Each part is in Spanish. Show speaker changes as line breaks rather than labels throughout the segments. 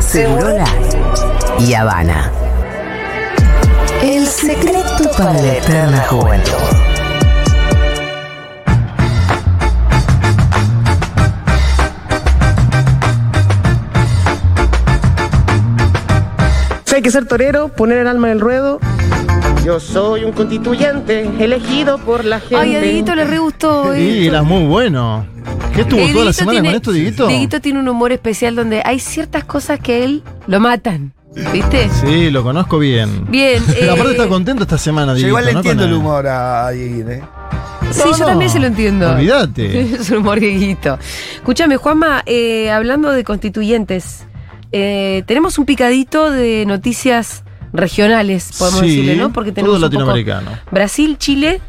Segurola y Habana. El secreto para la eterna juventud.
Si hay que ser torero, poner el alma en el ruedo.
Yo soy un constituyente elegido por la gente.
Ay, a Dieguito le re gustó
Sí,
esto.
era muy bueno. ¿Qué estuvo
Eh,
toda la
Dieguito
semana
tiene-
con esto, Dieguito?
Dieguito tiene un humor especial donde hay ciertas cosas que él lo matan. ¿Viste?
Sí, lo conozco bien.
Bien. eh,
Pero aparte está contento esta semana,
Yo
Dieguito.
igual le
¿no?
entiendo
Con
el
la-
humor a Dieguín, ¿eh?
Sí, yo también se lo entiendo.
Olvídate.
es un humor Dieguito. Escúchame, Juanma, eh, hablando de constituyentes, eh, tenemos un picadito de noticias regionales, podemos
Sí,
decirle, ¿no? Porque tenemos
todo
un poco
latinoamericano.
Brasil, Chile,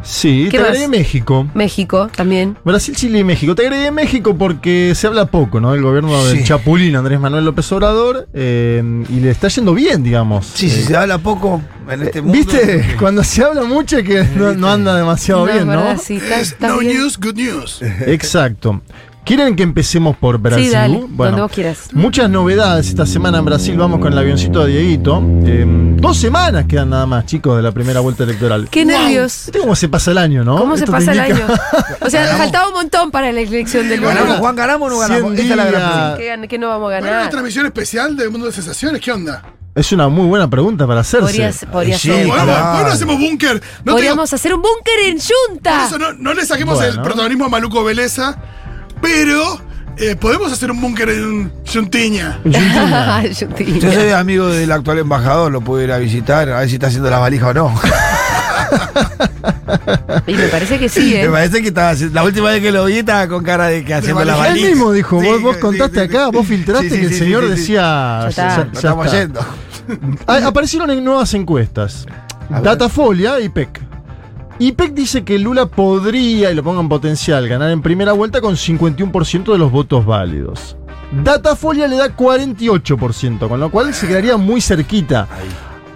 Sí,
¿Qué
te agregué
más?
México.
México también.
Brasil, Chile y México. Te agregué México porque se habla poco, ¿no? El gobierno del
Sí.
Chapulín, Andrés Manuel López Obrador, eh, y le está yendo bien, digamos.
Sí, si
Eh,
se habla poco en este mundo.
¿Viste? Cuando se habla mucho es que no, no anda demasiado
No, es
bien, ¿no?
verdad, sí, está- está bien.
good news.
Exacto. ¿Quieren que empecemos por Brasil?
Sí, dale, donde vos quieras.
Muchas novedades esta semana en Brasil. Vamos con el avioncito de Dieguito. Eh, dos semanas quedan nada más, chicos, de la primera vuelta electoral.
Qué nervios.
¿Viste cómo se pasa el año, no?
¿Cómo se
Esto te
pasa el año?
indica-
O sea, faltaba un montón para la elección del
¿Ganamos,
gobierno.
Juan? ¿Ganamos o no ganamos?
100
Esta es la gran
días.
pregunta.
Que, gan- que no vamos a
Bueno, una
ganar.
transmisión especial de Mundo de Sensaciones, ¿qué onda?
Es una muy buena pregunta para hacerse.
Podría, podría
Sí,
ser.
Bueno,
claro.
bueno, hacemos búnker. No
Podríamos hacer un búnker en
te-
Junta.
eso no, no le saquemos
Bueno.
el protagonismo a Maluco Beleza, pero eh, podemos hacer un búnker en Juntiña.
Argentina.
Juntina.
Yo soy amigo del actual embajador, lo puedo ir a visitar, a ver si está haciendo las valijas o no.
Y me parece que sí, ¿eh?
Me parece que estaba haciendo- la última vez que lo vi estaba con cara de que haciendo las
Él
valijas.
mismo dijo,
Sí,
vos, vos
sí,
contaste
sí,
acá,
sí.
vos filtraste
Sí, sí,
que el
sí,
señor
sí, sí.
decía...
Ya está.
Nos
ya
estamos
está".
yendo.
A- Ah, Aparecieron en nuevas encuestas.
ver.
Datafolia y PEC. Y PEC dice que Lula podría, y lo pongo en potencial, ganar en primera vuelta con 51% de los votos válidos. Datafolia le da 48%, con lo cual se quedaría muy cerquita.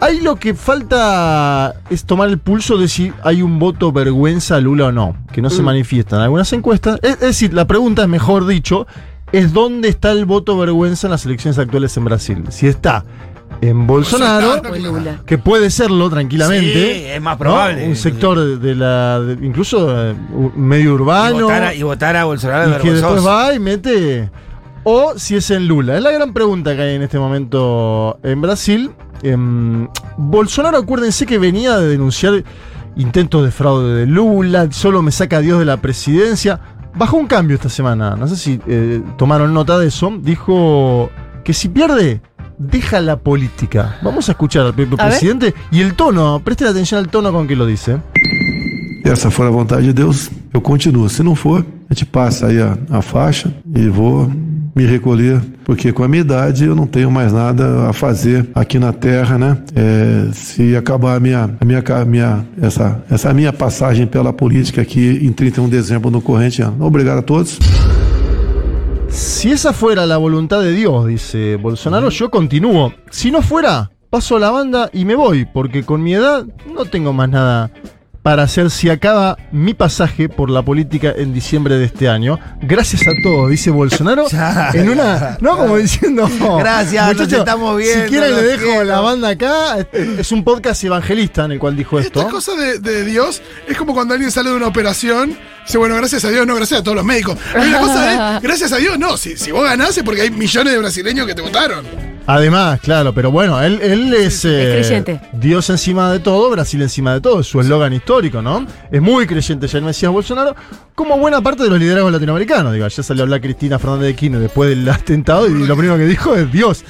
Ahí lo que falta es tomar el pulso de si hay un voto vergüenza a Lula o no, que no se manifiesta en algunas encuestas. Es, es decir, la pregunta es mejor dicho, es dónde está el voto vergüenza en las elecciones actuales en Brasil. Si está
Pues
en Bolsonaro,
Bolsonaro,
O Lula.
que puede serlo tranquilamente.
Sí, es más
¿no?
probable.
Un sector de, de la. de- incluso eh, u- medio
Y
urbano.
votar a, y votar a Bolsonaro
y
es
que después
vergonzoso.
va y mete. O si es en Lula. Es la gran pregunta que hay en este momento en Brasil. Em, Bolsonaro, acuérdense que venía de denunciar intentos de fraude de Lula, solo me saca Dios de la presidencia. Bajó un cambio esta semana, no sé si eh, tomaron nota de eso. Dijo que si pierde, deja la política. Vamos a escuchar al propio
A ver.
presidente y el tono, presten atención al tono con que lo dice.
E essa for a vontade de Deus, eu continuo. Se não for, a gente passa aí a, a faixa e vou me recolher, porque com a minha idade eu não tenho mais nada a fazer aqui na Terra, né? É, se acabar a minha, a minha, ca- minha essa, essa minha passagem pela política aqui em 31 de dezembro no corrente ano. Obrigado a todos.
Si esa fuera la voluntad de Dios, dice Bolsonaro, yo continúo. Si no fuera, paso la banda y me voy, porque con mi edad no tengo más nada para hacer si acaba mi pasaje por la política en diciembre de este año. Gracias a todos, dice Bolsonaro.
Ya.
en una. No como diciendo.
Gracias, nos
"Muchacho,
estamos viendo,
Si quieren, le
los
dejo
quiero".
la banda acá. Es un podcast evangelista en el cual dijo esto.
Esta cosa de, de Dios es como cuando alguien sale de una operación, dice, bueno, gracias a Dios, no, gracias a todos los médicos. Hay una cosa de, gracias a Dios, no, si, si vos ganás es porque hay millones de brasileños que te votaron.
Además, claro, pero bueno, él, él es, eh,
creyente.
Dios encima de todo, Brasil encima de todo, es su eslogan histórico, ¿no? Es muy creyente ya el Mesías Bolsonaro, como buena parte de los liderazgos latinoamericanos, digo, ya salió a hablar Cristina Fernández de Kirchner después del atentado y lo primero que dijo es Dios.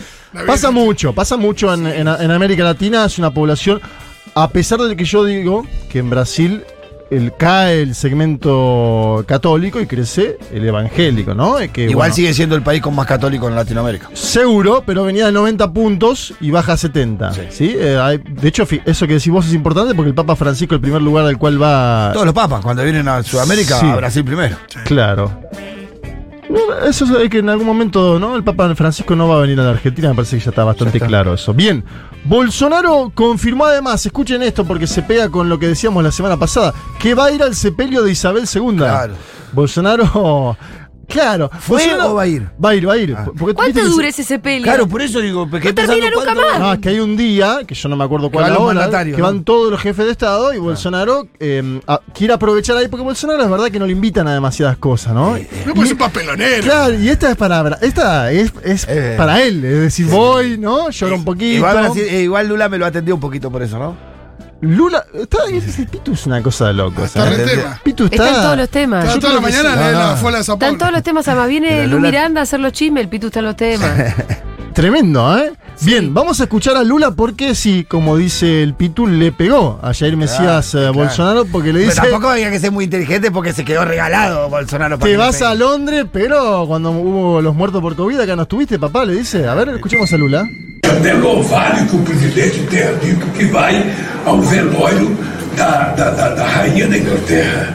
Pasa mucho, pasa mucho en, en- en América Latina, es una población, a pesar de que yo digo que en Brasil el, cae el segmento católico y crece el evangélico, ¿no? Es que,
Igual
bueno,
sigue siendo el país con más católico en Latinoamérica.
Seguro, pero venía de 90 puntos y baja a 70. Sí. Eh, hay- de hecho, fi- eso que decís vos es importante porque el Papa Francisco, el primer lugar al cual va.
Todos los papas, cuando vienen a Sudamérica,
Sí.
a Brasil primero.
Claro. No, Eso es que en algún momento, ¿no? El Papa Francisco no va a venir a la Argentina, me parece que ya está bastante claro eso. Bien, Bolsonaro confirmó además, escuchen esto porque se pega con lo que decíamos la semana pasada, que va a ir al sepelio de Isabel II.
Claro.
Bolsonaro Claro.
¿Fue
Bolsonaro-
o va a ir? Ah.
Va a ir, va a ir. Porque
¿Cuánto
viste que
dura
se-
ese sepelio?
Claro, por eso digo, porque
No termina nunca más.
No, es que hay un día, que yo no me acuerdo cuál
van
es la
los
hora,
mandatarios,
que
¿no?
van todos los jefes de Estado y Bolsonaro eh, a- quiere aprovechar ahí, porque Bolsonaro es verdad que no le invitan a demasiadas cosas, ¿no?
Eh, pues
No puede ser papelonero.
Claro, y esta es para, esta es, es
Eh.
para él, es decir, voy, ¿no? Llora un poquito.
Igual, Brasil- eh, igual Lula me lo atendió un poquito por eso, ¿no?
Lula, está, ese Pitu es una cosa de loco.
Está re
entendí.
tema.
Pitu está.
Está en todos los temas.
Estaba toda la mañana
No,
en la
Ah,
no.
fola de São
Están todos
Paulo.
los temas, además viene
Pero
Lu
Lula-
Miranda a hacer los chismes, el Pitu está en los temas.
Tremendo, ¿eh?
Sí.
Bien, vamos a escuchar a Lula porque sí, como dice el Pitu, le pegó a Jair Mesías eh,
claro.
Bolsonaro porque le
Pero
dice
tampoco había que ser muy inteligente porque se quedó regalado Bolsonaro. para
te
que le
vas
pegue.
a Londres, pero cuando hubo los muertos por COVID acá no estuviste, papá, le dice. A ver, escuchemos a Lula.
É louvável que o presidente tenha dito que vai ao velório da, da, da, da rainha da Inglaterra.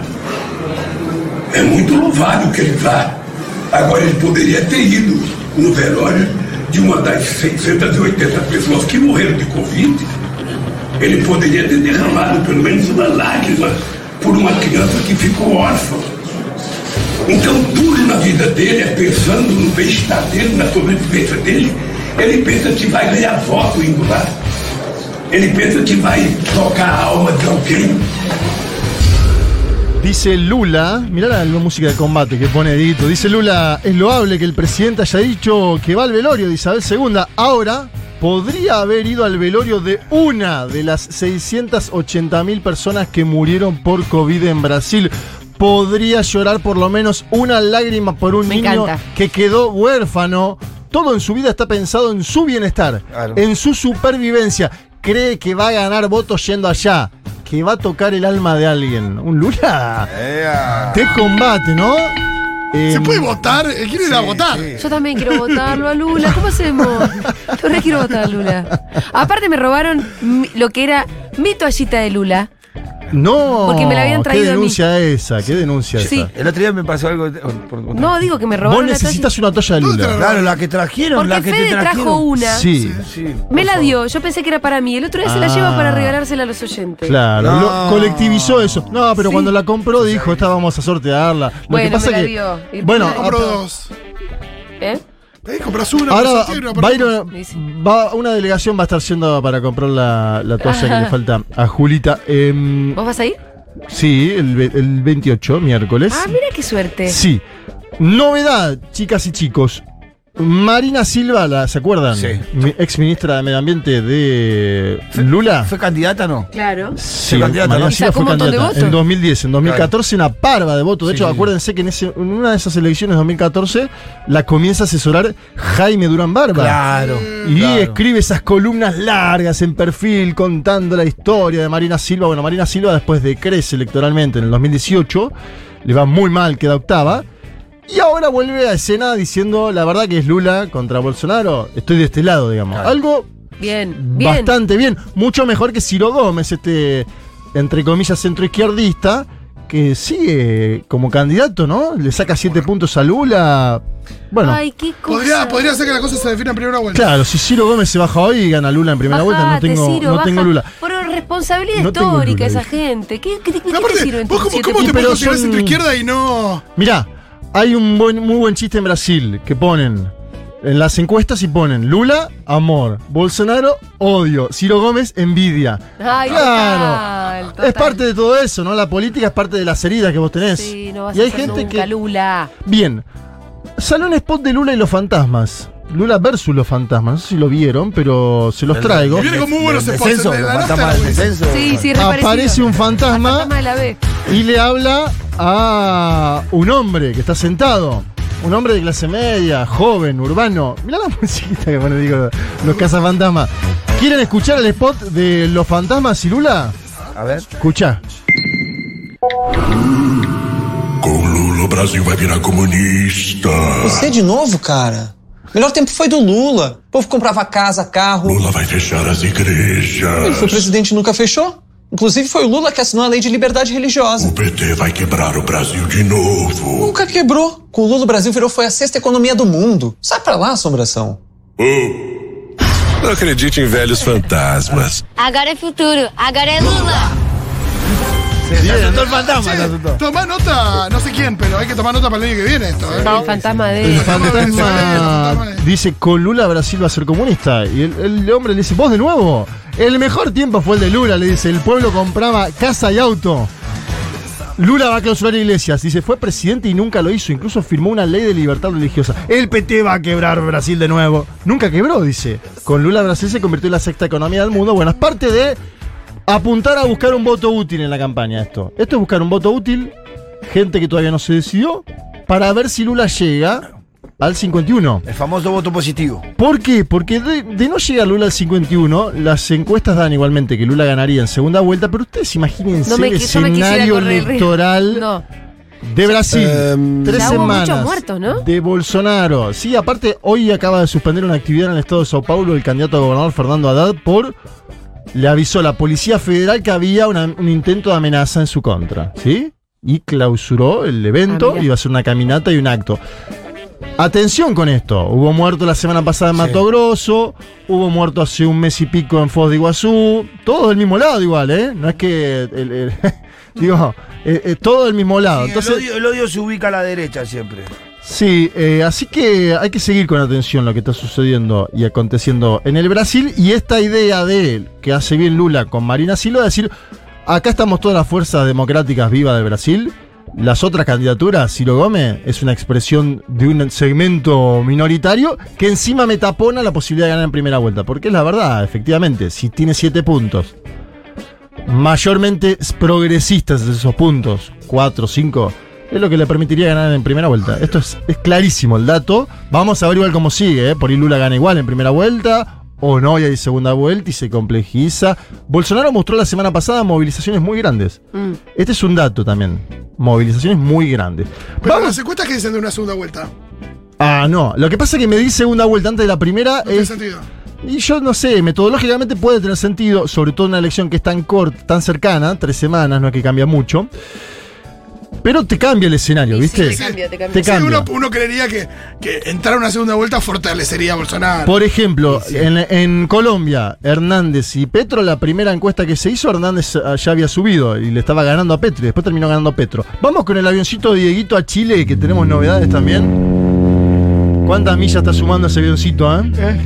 É muito louvável que ele vá. Agora, ele poderia ter ido no velório de uma das 680 pessoas que morreram de Covid. Ele poderia ter derramado pelo menos uma lágrima por uma criança que ficou órfã. Então, tudo na vida dele é pensando no bem-estar dele, na sobrevivência dele. Ele pensa que vai ganhar voto indo lá. Ele pensa que vai tocar a alma de alguém.
Dice Lula, mirá la, la música de combate que pone Edito. Dice Lula, es loable que el presidente haya dicho que va al velorio de Isabel II. Ahora podría haber ido al velorio de una de las 680.000 personas que murieron por COVID en Brasil. Podría llorar por lo menos una lágrima por un
Me
niño
encanta.
que quedó huérfano. Todo en su vida está pensado en su bienestar,
Claro.
en su supervivencia. Cree que va a ganar votos yendo allá, que va a tocar el alma de alguien. Un Lula
Ea.
de combate, ¿no?
¿Se
Em,
puede votar? Eh, ¿Quién irá a votar?
Yo también quiero votarlo a Lula, ¿cómo hacemos? Yo re quiero votar a Lula. Aparte me robaron mi- lo que era mi toallita de Lula.
No.
Porque me la habían traído
Qué
a mí.
denuncia esa, qué denuncia
Sí.
esa.
El otro día me pasó algo. eh, por contar.
No, digo que me
Vos
robaron la toallita.
necesitas una toalla de
¿Dónde te
Lula.
la-
Claro, la que trajeron,
Porque
la que te
Fede
trajeron.
trajo una,
Sí.
Sí.
me la dio, yo pensé que era para mí, el otro día se la
Ah.
lleva para regalársela a los oyentes.
Claro,
No.
lo- colectivizó eso. No, pero
Sí.
cuando la compró dijo, esta vamos a sortearla. Lo
Bueno,
que pasa
me la
que.
dio. Y
Bueno,
me la
Compro
a-
dos.
¿Eh?
Ahí compras una,
ahora
pasas tiro,
va a
pasas-
ir una,
Sí.
va- una delegación va a estar yendo para comprar la, la toalla que le
Ajá.
falta a Julita. Em,
¿Vos vas a ir?
sí, el, ve- el 28, miércoles.
Ah, mira qué suerte.
Sí. Novedad, chicas y chicos. Marina Silva, la- ¿se acuerdan?
Sí.
Mi- Ex ministra de Medio Ambiente de Lula.
¿Fue candidata o no?
Claro.
Sí,
fue candidata,
Marina
¿no?
Silva
Y sacó
fue
un montón de
candidata
votos.
en 2010, en 2014 una parva de votos. De
Sí,
hecho,
sí, sí.
acuérdense que en, ese- en una de esas elecciones de 2014 la comienza a asesorar Jaime Durán Barba.
Claro.
Y
claro.
escribe esas columnas largas en perfil contando la historia de Marina Silva. Bueno, Marina Silva después decrece electoralmente en el 2018, le va muy mal, queda octava. Y ahora vuelve a escena diciendo la verdad que es Lula contra Bolsonaro. Estoy de este lado, digamos.
Claro.
Algo
Bien, bien.
bastante bien. Mucho mejor que Ciro Gómez, este, entre comillas, centroizquierdista, que sigue como candidato, ¿no? Le saca siete puntos a Lula. Bueno.
Ay, qué cosa.
Podría, podría ser que la cosa se defina en primera vuelta.
Claro, si Ciro Gómez se baja hoy y gana Lula en primera vuelta, no
Bajate,
tengo,
Ciro,
no
baja.
tengo Lula.
Por responsabilidad
No tengo Lula,
histórica
dice.
esa gente. ¿Qué, qué, qué,
No,
qué te
aparte,
sirven
vos
tus
cómo,
siete
cómo te
Pero
puedes considerar
son-
entre izquierda y no.
Mirá, hay un buen, muy buen chiste en Brasil que ponen. En las encuestas y ponen Lula, amor, Bolsonaro, odio, Ciro Gómez, envidia.
Ay,
Claro.
total, total.
Es parte de todo eso, ¿no? La política es parte de las heridas que vos tenés.
Sí, no vas
y hay
a ser
gente
nunca,
que.
Lula.
Bien. Sale un spot de Lula y los fantasmas. Lula versus los fantasmas. No sé si lo vieron, pero se los traigo.
Y viene con muy buenos
Del
spots.
descenso,
el de
lo
la
falta
nafta,
más del
güey.
descenso.
Sí, sí,
Aparece un
fantasma.
fantasma
de la B.
y le habla a un hombre que está sentado. Un hombre de clase media, joven, urbano. Mirá la musiquita que pone, digo, los cazafantasmas. ¿Quieren escuchar el spot de los fantasmas y Lula?
A ver.
Escucha.
Com Lula, o Brasil vai virar comunista.
Você de novo, cara? O melhor tempo foi do Lula. O povo comprava casa, carro.
Lula vai fechar as
Ele foi
igrejas.
presidente e nunca fechou. Inclusive foi o Lula que assinou a lei de liberdade religiosa.
O PT vai quebrar o Brasil de novo.
Nunca quebrou. Com o Lula o Brasil virou foi a sexta economia do mundo. Sai pra lá, assombração.
Não acredite em velhos fantasmas.
Agora é futuro, agora é Lula.
Se asustó el fantasma, se asustó.
Tomá nota, no sé quién, pero hay que tomar nota para el año que viene esto. ¿eh?
El fantasma de.
El
fantasma.
fantasma dice, con Lula Brasil va a ser comunista. Y el, el hombre le dice, vos de nuevo. El mejor tiempo fue el de Lula, le dice. El pueblo compraba casa y auto. Lula va a clausurar iglesias. Dice, fue presidente y nunca lo hizo. Incluso firmó una ley de libertad religiosa. El PT va a quebrar Brasil de nuevo. Nunca quebró, dice. Con Lula Brasil se convirtió en la sexta economía del mundo. Bueno, es parte de apuntar a buscar un voto útil en la campaña esto. Esto es buscar un voto útil, gente que todavía no se decidió, para ver si Lula llega al 51.
El famoso voto positivo.
¿Por qué? Porque de, de no llegar Lula al 51, las encuestas dan igualmente que Lula ganaría en segunda vuelta, pero ustedes imagínense
No me
el
qui- yo me quisiera
escenario
correr el riesgo.
electoral
No.
de Brasil.
Em,
Tres
Ya hubo
semanas
muchos muertos, ¿no?
de Bolsonaro. Sí, aparte, hoy acaba de suspender una actividad en el estado de Sao Paulo el candidato a gobernador Fernando Haddad por. Le avisó la Policía Federal que había una- un intento de amenaza en su contra, ¿sí? Y clausuró el
Ah,
evento,
mirá.
iba a ser una caminata y un acto. Atención con esto. Hubo muerto la semana pasada en Mato Grosso, hubo muerto hace un mes y pico en Foz de Iguazú. Todo del mismo lado igual, ¿eh? No es que... el- el- digo, eh, eh, todo del mismo lado.
Sí,
Entonces,
el, odio, el odio se ubica a la derecha siempre.
Sí, eh, así que hay que seguir con atención lo que está sucediendo y aconteciendo en el Brasil y esta idea de que hace bien Lula con Marina Silva, decir, acá estamos todas las fuerzas democráticas vivas de Brasil, las otras candidaturas, Ciro Gómez, es una expresión de un segmento minoritario que encima me tapona la posibilidad de ganar en primera vuelta, porque es la verdad, efectivamente, si tiene siete puntos, mayormente progresistas de esos puntos, 4, 5, es lo que le permitiría ganar en primera vuelta. Esto es, es clarísimo el dato. Vamos a ver igual cómo sigue, ¿eh? por ahí Lula gana igual en primera vuelta. O no, y hay segunda vuelta y se complejiza. Bolsonaro mostró la semana pasada movilizaciones muy grandes.
Mm.
Este es un dato también. Movilizaciones muy grandes.
Pero
Vamos-
las encuestas que dicen de una segunda vuelta.
Ah, no. Lo que pasa es que me di segunda vuelta antes de la primera.
No tiene
es-
sentido.
y yo no sé, metodológicamente puede tener sentido, sobre todo en una elección que es tan corta, tan cercana, tres semanas, no es que cambia mucho. Pero te cambia el escenario,
Sí,
¿viste?
te cambia, te cambia.
Te
Sí,
cambia.
uno, uno creería que, que entrar a una segunda vuelta fortalecería a Bolsonaro.
Por ejemplo, en, en Colombia, Hernández y Petro, la primera encuesta que se hizo, Hernández ah, ya había subido y le estaba ganando a Petro y después terminó ganando Petro. Vamos con el avioncito de Dieguito a Chile, que tenemos novedades también. ¿Cuántas millas está sumando ese avioncito, eh?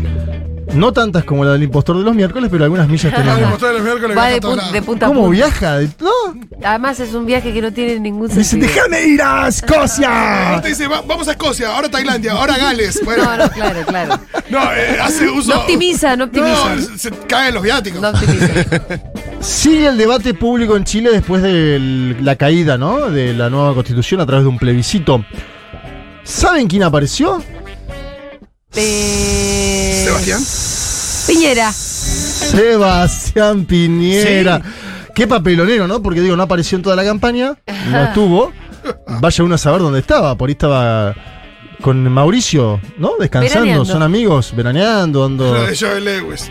No tantas como la del impostor de los miércoles, pero algunas millas
Ah,
tenemos.
como todos los miércoles
Va
viaja a
de,
todos
pun-
lados.
de punta a
¿Cómo
punta.
viaja? ¿No?
Además es un viaje que no tiene ningún
Dice,
sentido.
déjame ir a
Ahora
Escocia.
te dice, "Va- vamos a Escocia, ahora Tailandia, ahora Gales. Bueno,
No, no, claro, claro.
no, eh, hace uso.
No optimiza, no optimiza.
No, se caen los viáticos.
No optimiza.
Sigue el debate público en Chile después de el- la caída, ¿no? De la nueva constitución a través de un plebiscito. ¿Saben quién apareció?
Eh,
Sebastián.
Piñera.
Sebastián Piñera. Qué papelonero, ¿no? Porque digo, no apareció en toda la campaña, no estuvo. Vaya uno a saber dónde estaba. Por ahí estaba con Mauricio, ¿no? Descansando,
Veraneando.
son amigos, veraneando, ando.
Lo de Joel Lewis.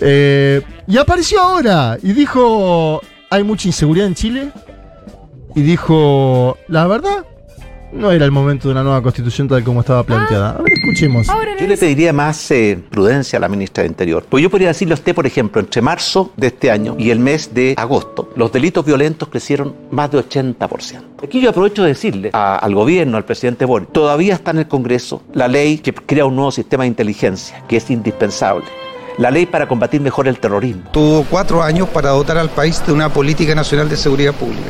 Eh, y apareció ahora y dijo, hay mucha inseguridad en Chile. Y dijo, la verdad, no era el momento de una nueva constitución tal como estaba planteada. A ver, escuchemos.
Ahora no
Yo le pediría más eh, prudencia a la ministra de Interior. Pues yo podría decirle a usted, por ejemplo, entre marzo de este año y el mes de agosto, los delitos violentos crecieron más de 80%. Aquí yo aprovecho de decirle a- al gobierno, al presidente Boric, todavía está en el Congreso la ley que crea un nuevo sistema de inteligencia, que es indispensable. La ley para combatir mejor el terrorismo.
Tuvo cuatro años para dotar al país de una política nacional de seguridad pública.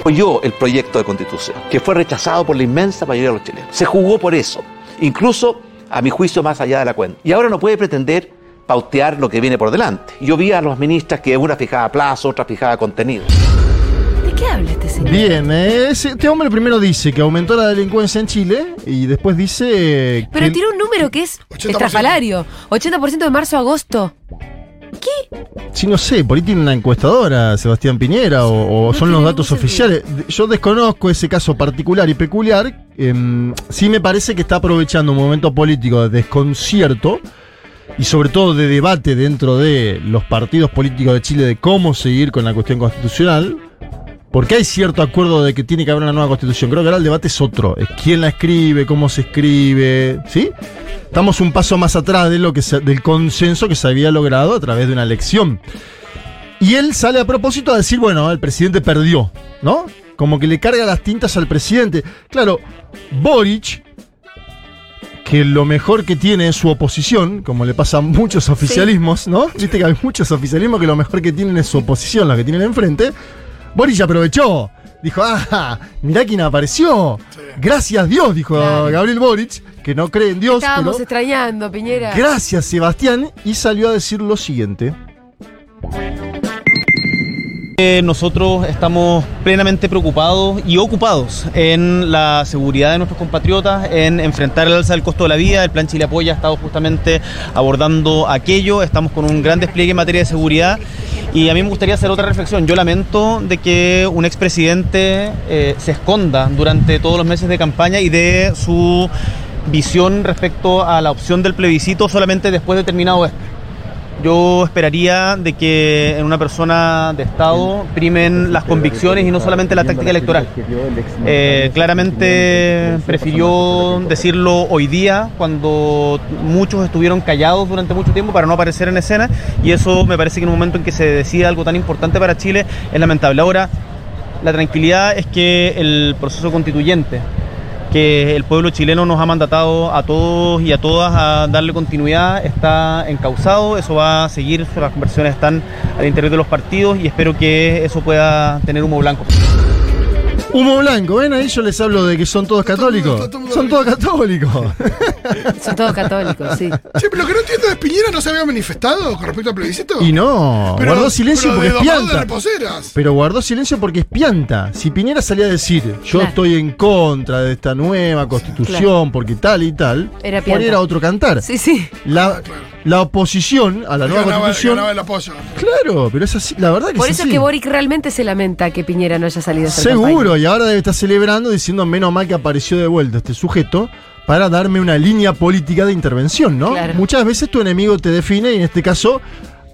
apoyó el proyecto de constitución, que fue rechazado por la inmensa mayoría de los chilenos. Se jugó por eso, incluso a mi juicio más allá de la cuenta. Y ahora no puede pretender pautear lo que viene por delante. Yo vi a los ministras que una fijaba plazo, otra fijaba contenido.
¿De qué habla este señor?
Bien, eh, ese- este hombre primero dice que aumentó la delincuencia en Chile y después dice... eh,
Pero
que-
tiene un número que es
80%.
estrafalario. 80% de marzo a agosto.
Sí, no sé, por ahí tiene una encuestadora, Sebastián Piñera, o, o
no
son
tiene
los
ningún
datos
sentido.
oficiales. De- Yo desconozco ese caso particular y peculiar. em, sí me parece que está aprovechando un momento político de desconcierto y sobre todo de debate dentro de los partidos políticos de Chile de cómo seguir con la cuestión constitucional. Porque hay cierto acuerdo de que tiene que haber una nueva constitución. Creo que ahora el debate es otro. Es quién la escribe, cómo se escribe, ¿sí? Estamos un paso más atrás de lo que se- del consenso que se había logrado a través de una elección. Y él sale a propósito a decir, bueno, el presidente perdió, ¿no? Como que le carga las tintas al presidente. Claro, Boric, que lo mejor que tiene es su oposición, como le pasa a muchos oficialismos, ¿no? Viste que hay muchos oficialismos que lo mejor que tienen es su oposición, la que tienen enfrente. Boric aprovechó. Dijo, ah, mirá quién apareció. Gracias Dios, dijo
Claro.
Gabriel Boric, que no cree en Dios.
Estábamos
pero-
extrañando, Piñera.
Gracias, Sebastián. Y salió a decir lo siguiente.
Eh, Nosotros estamos plenamente preocupados y ocupados en la seguridad de nuestros compatriotas, en enfrentar el alza del costo de la vida. El Plan Chile Apoya ha estado justamente abordando aquello. Estamos con un gran despliegue en materia de seguridad. Y a mí me gustaría hacer otra reflexión. Yo lamento de que un expresidente eh, se esconda durante todos los meses de campaña y de su visión respecto a la opción del plebiscito solamente después de terminado esto. Yo esperaría de que en una persona de Estado primen las convicciones y no solamente la táctica electoral. Eh, claramente prefirió decirlo hoy día, cuando muchos estuvieron callados durante mucho tiempo para no aparecer en escena, y eso me parece que en un momento en que se decide algo tan importante para Chile es lamentable. Ahora, la tranquilidad es que el proceso constituyente que el pueblo chileno nos ha mandatado a todos y a todas a darle continuidad, está encauzado, eso va a seguir, las conversaciones están al interior de los partidos y espero que eso pueda tener humo blanco.
Humo blanco, ven ahí yo les hablo de que son todos católicos. Son todos católicos.
Son todos católicos, sí.
Che, pero lo que no entiendo es Piñera no se había manifestado con respecto al plebiscito.
Y no,
Pero-
guardó silencio
pero
porque
de
es
domado de
pianta.
reposeras.
Pero guardó silencio porque es pianta. Si Piñera salía a decir, yo
Claro.
estoy en contra de esta nueva constitución
Claro.
porque tal y tal,
Era
por
pianta.
ir a otro cantar.
Sí, sí.
La, la oposición a la nueva
Ganaba,
constitución.
ganaba el apoyo.
Claro, pero es así, la verdad que
Por
es
eso es
así.
que Boric realmente se lamenta que Piñera no haya salido a hacer
Seguro, y ahora debe estar celebrando diciendo menos mal que apareció de vuelta este sujeto para darme una línea política de intervención, ¿no?
Claro.
Muchas veces tu enemigo te define y en este caso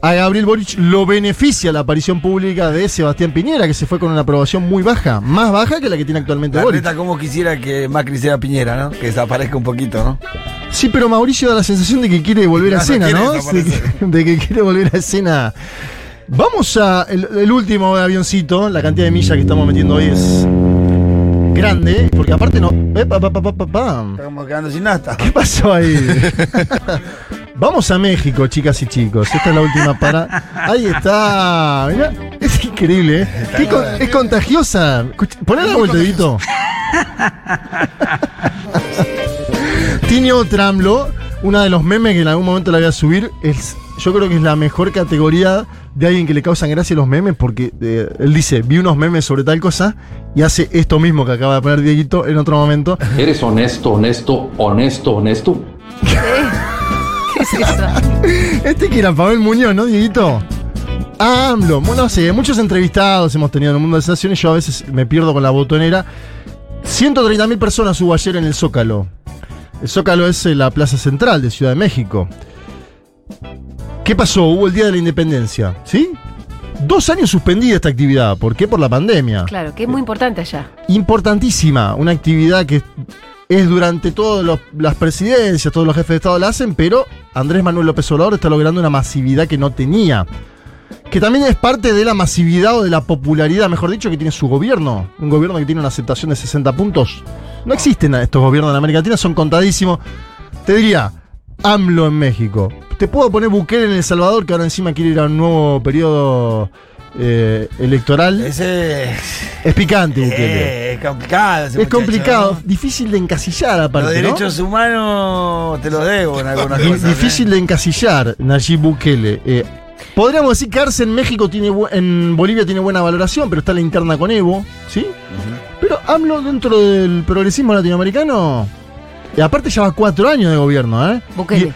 a Gabriel Boric lo beneficia la aparición pública de Sebastián Piñera, que se fue con una aprobación muy baja, más baja que la que tiene actualmente
La
Boric.
neta, como quisiera que Macri sea Piñera, ¿no? Que desaparezca un poquito, ¿no?
Sí, pero Mauricio da la sensación de que quiere volver a
Claro,
escena,
quiere
¿no? De
desaparecer.
que, de que quiere volver a escena. Vamos a el, el último avioncito, la cantidad de millas que estamos metiendo hoy es grande, porque aparte no... epa, pa, pa, pa, pa, pam.
Estamos quedando sin nata.
¿Qué pasó ahí? Vamos a México, chicas y chicos. Esta es la última para. Ahí está. Mirá, es increíble, ¿eh? Qué con- es contagiosa. Escuch- Poné la vuelta, Edito. Tiene otra AMLO. Una de los memes que en algún momento la voy a subir. Es, yo creo que es la mejor categoría de alguien que le causan gracia los memes. Porque eh, él dice: Vi unos memes sobre tal cosa. Y hace esto mismo que acaba de poner Dieguito en otro momento.
¿Eres honesto, honesto, honesto, honesto?
¿Qué es eso?
Este que era Pavel Muñoz, ¿no, Dieguito? Ah, AMLO. Bueno, no sé, muchos entrevistados hemos tenido en el mundo de sensaciones. Yo a veces me pierdo con la botonera. 130.000 personas hubo ayer en el Zócalo. El Zócalo es eh, la plaza central de Ciudad de México. ¿Qué pasó? Hubo el Día de la Independencia, ¿sí? Dos años suspendida esta actividad. ¿Por qué? Por la pandemia
Claro, que es muy importante allá.
importantísima, una actividad que es durante todas las presidencias, todos los jefes de Estado la hacen, pero Andrés Manuel López Obrador está logrando una masividad que no tenía. Que también es parte de la masividad o de la popularidad, mejor dicho, que tiene su gobierno. Un gobierno que tiene una aceptación de 60 puntos. No existen estos gobiernos en América Latina, son contadísimos. Te diría, AMLO en México. Te puedo poner Bukele en El Salvador, que ahora encima quiere ir a un nuevo periodo eh, electoral.
Ese.
Es picante, Bukele.
Eh, es complicado. ese
Es
muchacho,
complicado,
¿no?
difícil de encasillar aparte, ¿no?
Los derechos humanos te los debo en algunas
Di-
cosas.
difícil de encasillar Nayib Bukele. Eh, podríamos decir que Arce en México tiene bu- en Bolivia tiene buena valoración, pero está la interna con Evo, ¿sí? Pero AMLO dentro del progresismo latinoamericano y aparte lleva cuatro años de gobierno, ¿eh?
Bukele.
Y-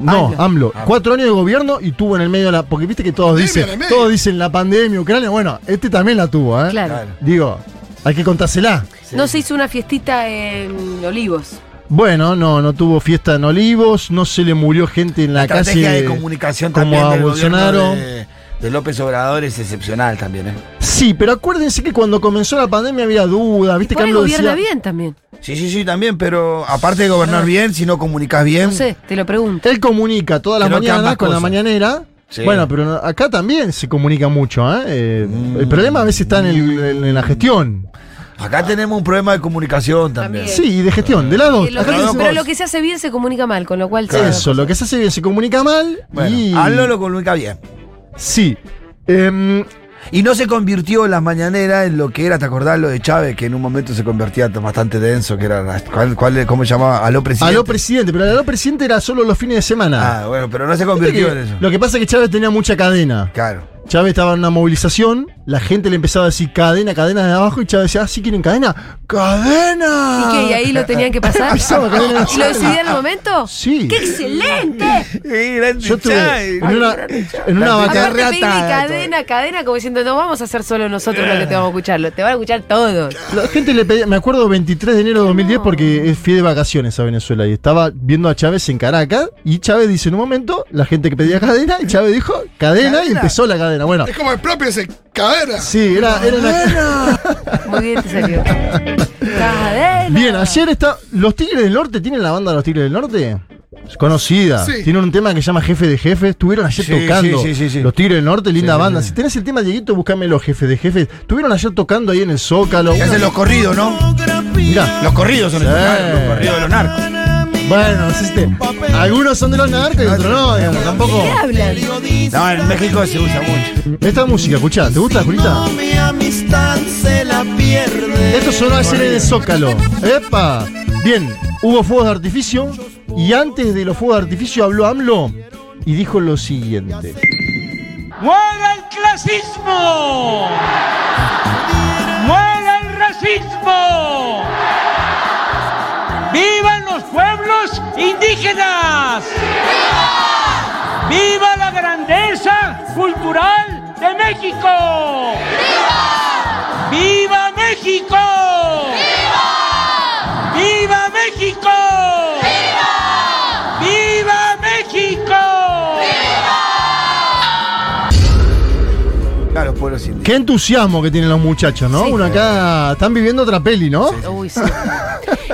no, AMLO.
AMLO.
Ah.
Cuatro años de gobierno y tuvo en el medio de la. Porque viste que todos
Pandemia
dicen.
en el medio.
Todos dicen la pandemia, Ucrania. Bueno, este también la tuvo, ¿eh?
Claro.
Digo, hay que contársela.
No se hizo una fiestita en Olivos.
Bueno, no, no tuvo fiesta en Olivos, no se le murió gente en la, calle.
estrategia de comunicación
como
también
a
del gobierno
Bolsonaro.
De, de López Obrador es excepcional también, ¿eh?
Sí, pero acuérdense que cuando comenzó la pandemia había duda, Ah, viste que
Por ahí
AMLO
gobierna
decía.
bien también.
Sí, sí, sí, también, pero aparte
Ah.
de gobernar bien, si no comunicas bien,
No sé, te lo pregunto.
Él comunica todas las
Creo que
mañanas
ambas
con la
cosas.
mañanera Sí. Bueno, pero acá también se comunica mucho. ¿eh? Eh, El problema a veces está en, el- en- en la gestión.
Acá tenemos un problema de comunicación también.
También.
Sí, y de gestión, de las dos.
Y lo
Acá
que-
tenemos-
pero lo que se hace bien se comunica mal, con lo cual.
Eso, lo que se hace bien se comunica mal.
Bueno,
y...
Aldo lo comunica bien.
Sí. Em,
y no se convirtió la mañanera en lo que era, ¿te acordás lo de Chávez? Que en un momento se convertía bastante denso, que era. ¿cuál, cuál- ¿Cómo se llamaba? Aló presidente.
Aló presidente, pero el aló presidente era solo los fines de semana.
Ah, bueno, pero no se
Viste
convirtió
que
en eso.
Lo que pasa es que Chávez tenía mucha cadena.
Claro.
Chávez estaba en una movilización, la gente le empezaba a decir cadena, cadena de abajo, y Chávez decía, ah, sí quieren cadena, cadena.
¿Y qué? ¿Y
Ah,
ahí lo tenían que pasar?
Pisaba cadena
¿Y lo decidían al momento?
Sí.
¡Qué excelente!
Yo estuve en una, en una
Aparte
vaca-
pedí cadena, cadena, como diciendo, no vamos a hacer solo nosotros lo que te vamos a escuchar, lo- te van a escuchar todos.
La gente le pedía, me acuerdo 23 de enero de 2010 porque fui de vacaciones a Venezuela y estaba viendo a Chávez en Caracas y Chávez dice en un momento, la gente que pedía cadena y Chávez dijo cadena, y
Cadena.
empezó la cadena. Bueno,
Es como el propio ese cadera.
sí, era, era una-
Muy bien te salió. Cadena.
Bien, ayer está. Los Tigres del Norte, ¿tienen la banda de los Tigres del Norte? Es conocida.
Sí.
Tienen un tema que se llama Jefe de Jefes. Estuvieron ayer
Sí,
tocando.
sí, sí, sí, sí.
Los Tigres del Norte, linda
Sí, sí,
banda.
sí.
Si tenés el tema, Dieguito, buscame los Jefes de Jefes. Estuvieron ayer tocando ahí en el Zócalo.
Que hacen los corridos, ¿no?
Mirá.
Los corridos son
Sí.
los, narcos, los corridos de los narcos.
Bueno, existe. Algunos son de los narcos y otros no, digamos, tampoco.
¿Qué hablan?
No, en México se usa mucho.
Esta música, escuchá, ¿te gusta, Julita? Esto sonó ayer en el Zócalo. ¡Epa! Bien, hubo fuegos de artificio y antes de los fuegos de artificio habló AMLO y dijo lo siguiente.
¡Muera el clasismo! ¡Muera el racismo! ¡Vivan los pueblos indígenas! ¡Viva la grandeza cultural de México! ¡Viva! ¡Viva México! ¡Viva! ¡Viva México! ¡Viva! ¡Viva México!
Claro, los pueblos indígenas.
Qué entusiasmo que tienen los muchachos, ¿no?
Sí.
Uno acá están viviendo otra peli, ¿no?
Uy, sí.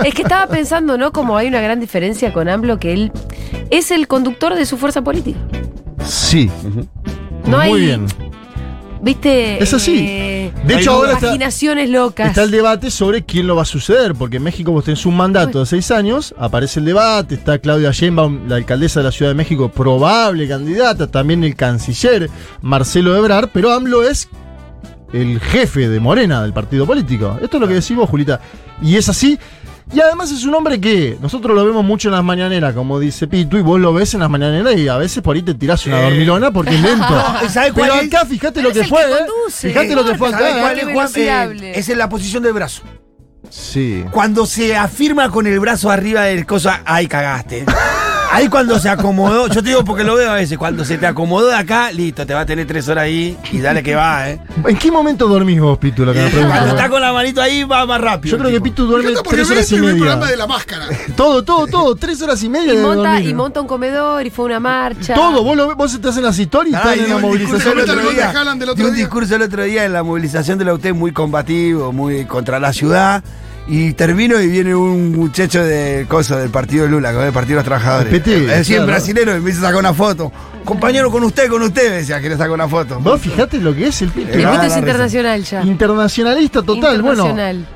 Es que estaba pensando, ¿no? Como hay una gran diferencia con AMLO, que él es el conductor de su fuerza política.
Sí.
No
Muy
hay-
bien.
¿Viste?
Es así.
Eh,
De hecho, ahora está-
Imaginaciones locas.
Está el debate sobre quién lo va a suceder, porque en México vos tenés un mandato de seis años, aparece el debate, está Claudia Sheinbaum, la alcaldesa de la Ciudad de México, probable candidata, también el canciller Marcelo Ebrard, pero AMLO es el jefe de Morena, del partido político. Esto es lo que decís vos, Julita. Y es así. Y además es un hombre que nosotros lo vemos mucho en las mañaneras, como dice Pitu, y vos lo ves en las mañaneras y a veces por ahí te tirás una
Sí.
dormilona porque es lento.
No, ¿sabes cuál
Pero
es?
acá fíjate
Pero
lo
es
que
el
fue,
que
¿eh?
conduce.
Fíjate lo que fue
Corta,
acá.
¿Sabes
¿eh?
cuál
qué
es, Juan?
velocidad.
Eh, es en la posición del brazo.
Sí.
Cuando se afirma con el brazo arriba del cosa, ay, cagaste. Ahí cuando se acomodó, yo te digo porque lo veo a veces, cuando se te acomodó de acá, listo, te va a tener tres horas ahí y dale que va, ¿eh?
¿En qué momento dormís vos, Pitu? Lo que me
Cuando
preguntas?
está con la manito ahí, va más rápido.
Yo creo que Pitu
Me
duerme
encanta porque
tres
ve el
horas y
primer programa de
media.
la máscara.
Todo, todo, todo. Tres horas y media
Y
de
monta,
dormir.
y monta un comedor y fue una marcha.
Todo. Vos, lo, ves- vos estás en las historias y
Ay,
estás en
dio
la
un discurso
movilización.
el otro
Métalo
día,
con Haaland del otro
dio un
día.
discurso el otro día en la movilización de la UTE muy combativo, muy contra la ciudad. Y termino y viene un muchacho de cosa del partido de Lula, del partido de los trabajadores.
El PT,
es decir,
claro.
brasilero, y me hizo sacar una foto. Compañero, con usted, con usted, me decía que le saco una foto.
Vos fijate lo que es el Pitu.
El Pitu
Ah, la
es
risa.
internacional ya.
Internacionalista total. Bueno,
Internacional.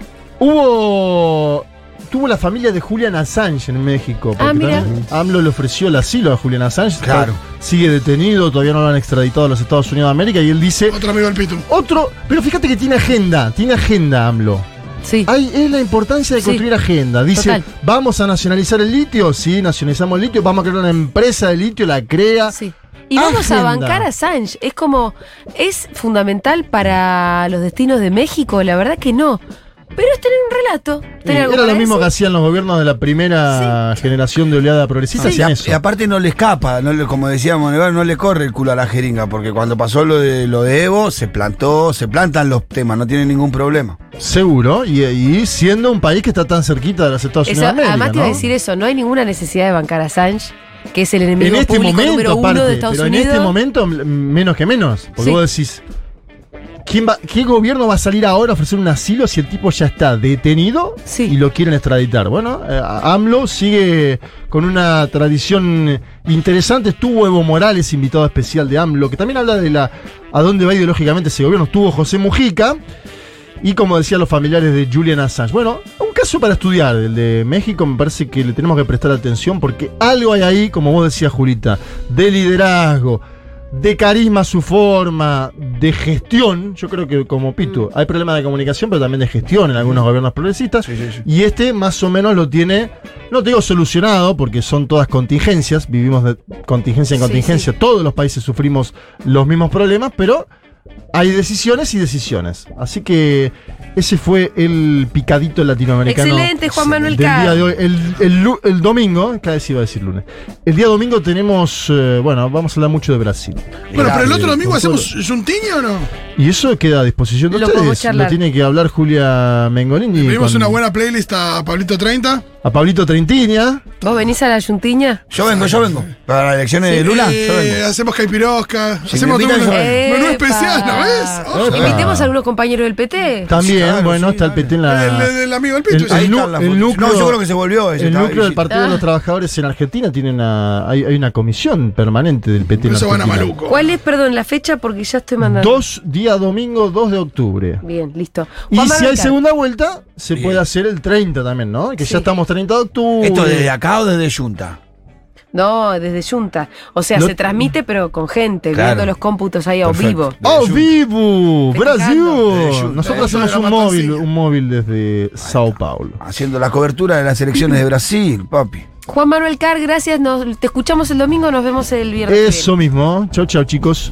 hubo. Tuvo la familia de Julian Assange en México. porque
Ah, mira.
también AMLO le ofreció el asilo a Julian Assange.
Claro.
Está- Sigue detenido, todavía no lo han extraditado a los Estados Unidos de América. Y él dice.
Otro amigo del Pitu.
Otro. Pero fíjate que tiene agenda. Tiene agenda, AMLO.
Sí.
Ahí es la importancia de
Sí.
construir agenda. Dice,
Total.
vamos a nacionalizar el litio, sí, nacionalizamos el litio, vamos a crear una empresa de litio, la crea. Eh,
Sí. Y vamos
Agenda.
a bancar a Sánchez. Es como. ¿Es fundamental para los destinos de México? La verdad que no. Pero es tener un relato.
Eh,
Tener algo
Era lo
para
mismo que
decir.
hacían los gobiernos de la primera generación de oleada progresista,
Sí,
hacían
y a-
eso.
Y aparte no le escapa, no le- como decíamos, no le corre el culo a la jeringa, porque cuando pasó lo de lo de Evo, se plantó, se plantan los temas, no tiene ningún problema.
Seguro, y, y siendo un país que está tan cerquita de los Estados
Eso-
Unidos de América,
además te iba a
¿no?
decir eso. No hay ninguna necesidad de bancar a Sánchez, que es el
en
enemigo
este
público
momento,
número uno
aparte, este
de Estados
pero
Unidos.
en este momento m- menos que menos, porque
Sí.
vos decís, ¿Quién va- ¿Qué gobierno va a salir ahora a ofrecer un asilo si el tipo ya está detenido y lo quieren extraditar? Bueno, eh, AMLO sigue con una tradición interesante. Estuvo Evo Morales, invitado especial de AMLO, que también habla de la a dónde va ideológicamente ese gobierno. Estuvo José Mujica. Y como decían los familiares de Julian Assange. Bueno, un caso para estudiar, el de México, me parece que le tenemos que prestar atención porque algo hay ahí, como vos decías, Julita, de liderazgo, de carisma su forma, de gestión. Yo creo que como
Mm.
Pitu, hay problemas de comunicación, pero también de gestión en algunos gobiernos progresistas. Y este más o menos lo tiene, no te digo solucionado, porque son todas contingencias, vivimos de contingencia en
Sí,
contingencia, todos los países sufrimos los mismos problemas, pero hay decisiones y decisiones. Así que ese fue el picadito latinoamericano.
Excelente, Juan Manuel
del
Carr.
día de hoy. El, el lu- el domingo, cada vez iba a decir lunes. El día domingo tenemos, eh, bueno, vamos a hablar mucho de Brasil.
Bueno, pero el otro
Eh,
domingo
con
hacemos
todo.
Juntiño o no?
Y eso queda a disposición de
Lo podemos
ustedes.
charlar.
Lo tiene que hablar Julia Mengolini.
Pedimos
con-
una buena playlist a Pablito 30.
A Pablito ¿ah? Trentiña.
¿Vos venís a la yuntiña?
Yo vengo, yo vengo. Para las elecciones de Lula, yo
Eh,
vengo.
hacemos caipirosca,
Si
hacemos
me
todo un
invitan, yo vengo.
menú
Epa.
especial, ¿no ves?
Ojo.
Invitemos a algunos compañeros del PT.
También, bueno, está el PT en la.
El- el- el amigo del Pitu,
Ah. el-
ese.
el
Ahí
nu-
están las
el
fotos.
núcleo-
No, yo creo que se volvió, ese
El
estaba
núcleo del
visitando.
Partido de los
Ah.
Trabajadores en Argentina tiene una. Hay, hay una comisión permanente del PT en
Eso van a
Argentina.
¿Cuál es, perdón, la fecha? Porque ya estoy mandando.
Dos, día domingo 2 de octubre.
Bien, listo.
Y
Juan
si
Manuel
hay
Carr.
segunda vuelta, se puede hacer el 30 también, ¿no? Que ya estamos 30 de octubre.
¿Esto desde acá o desde Junta?
No, desde Junta. O sea,
Lo-
se transmite, pero con gente,
Claro.
viendo los cómputos ahí a
Perfecto.
vivo.
¡Oh, vivo!
Festejando.
¡Brasil! Nosotros
Eso
hacemos
era
un móvil, un móvil desde Sao Paulo.
Haciendo la cobertura de las elecciones de Brasil, papi.
Juan Manuel Carr, gracias. Nos, te escuchamos el domingo, nos vemos el viernes. que viene.
Eso mismo. Chau, chau, chicos.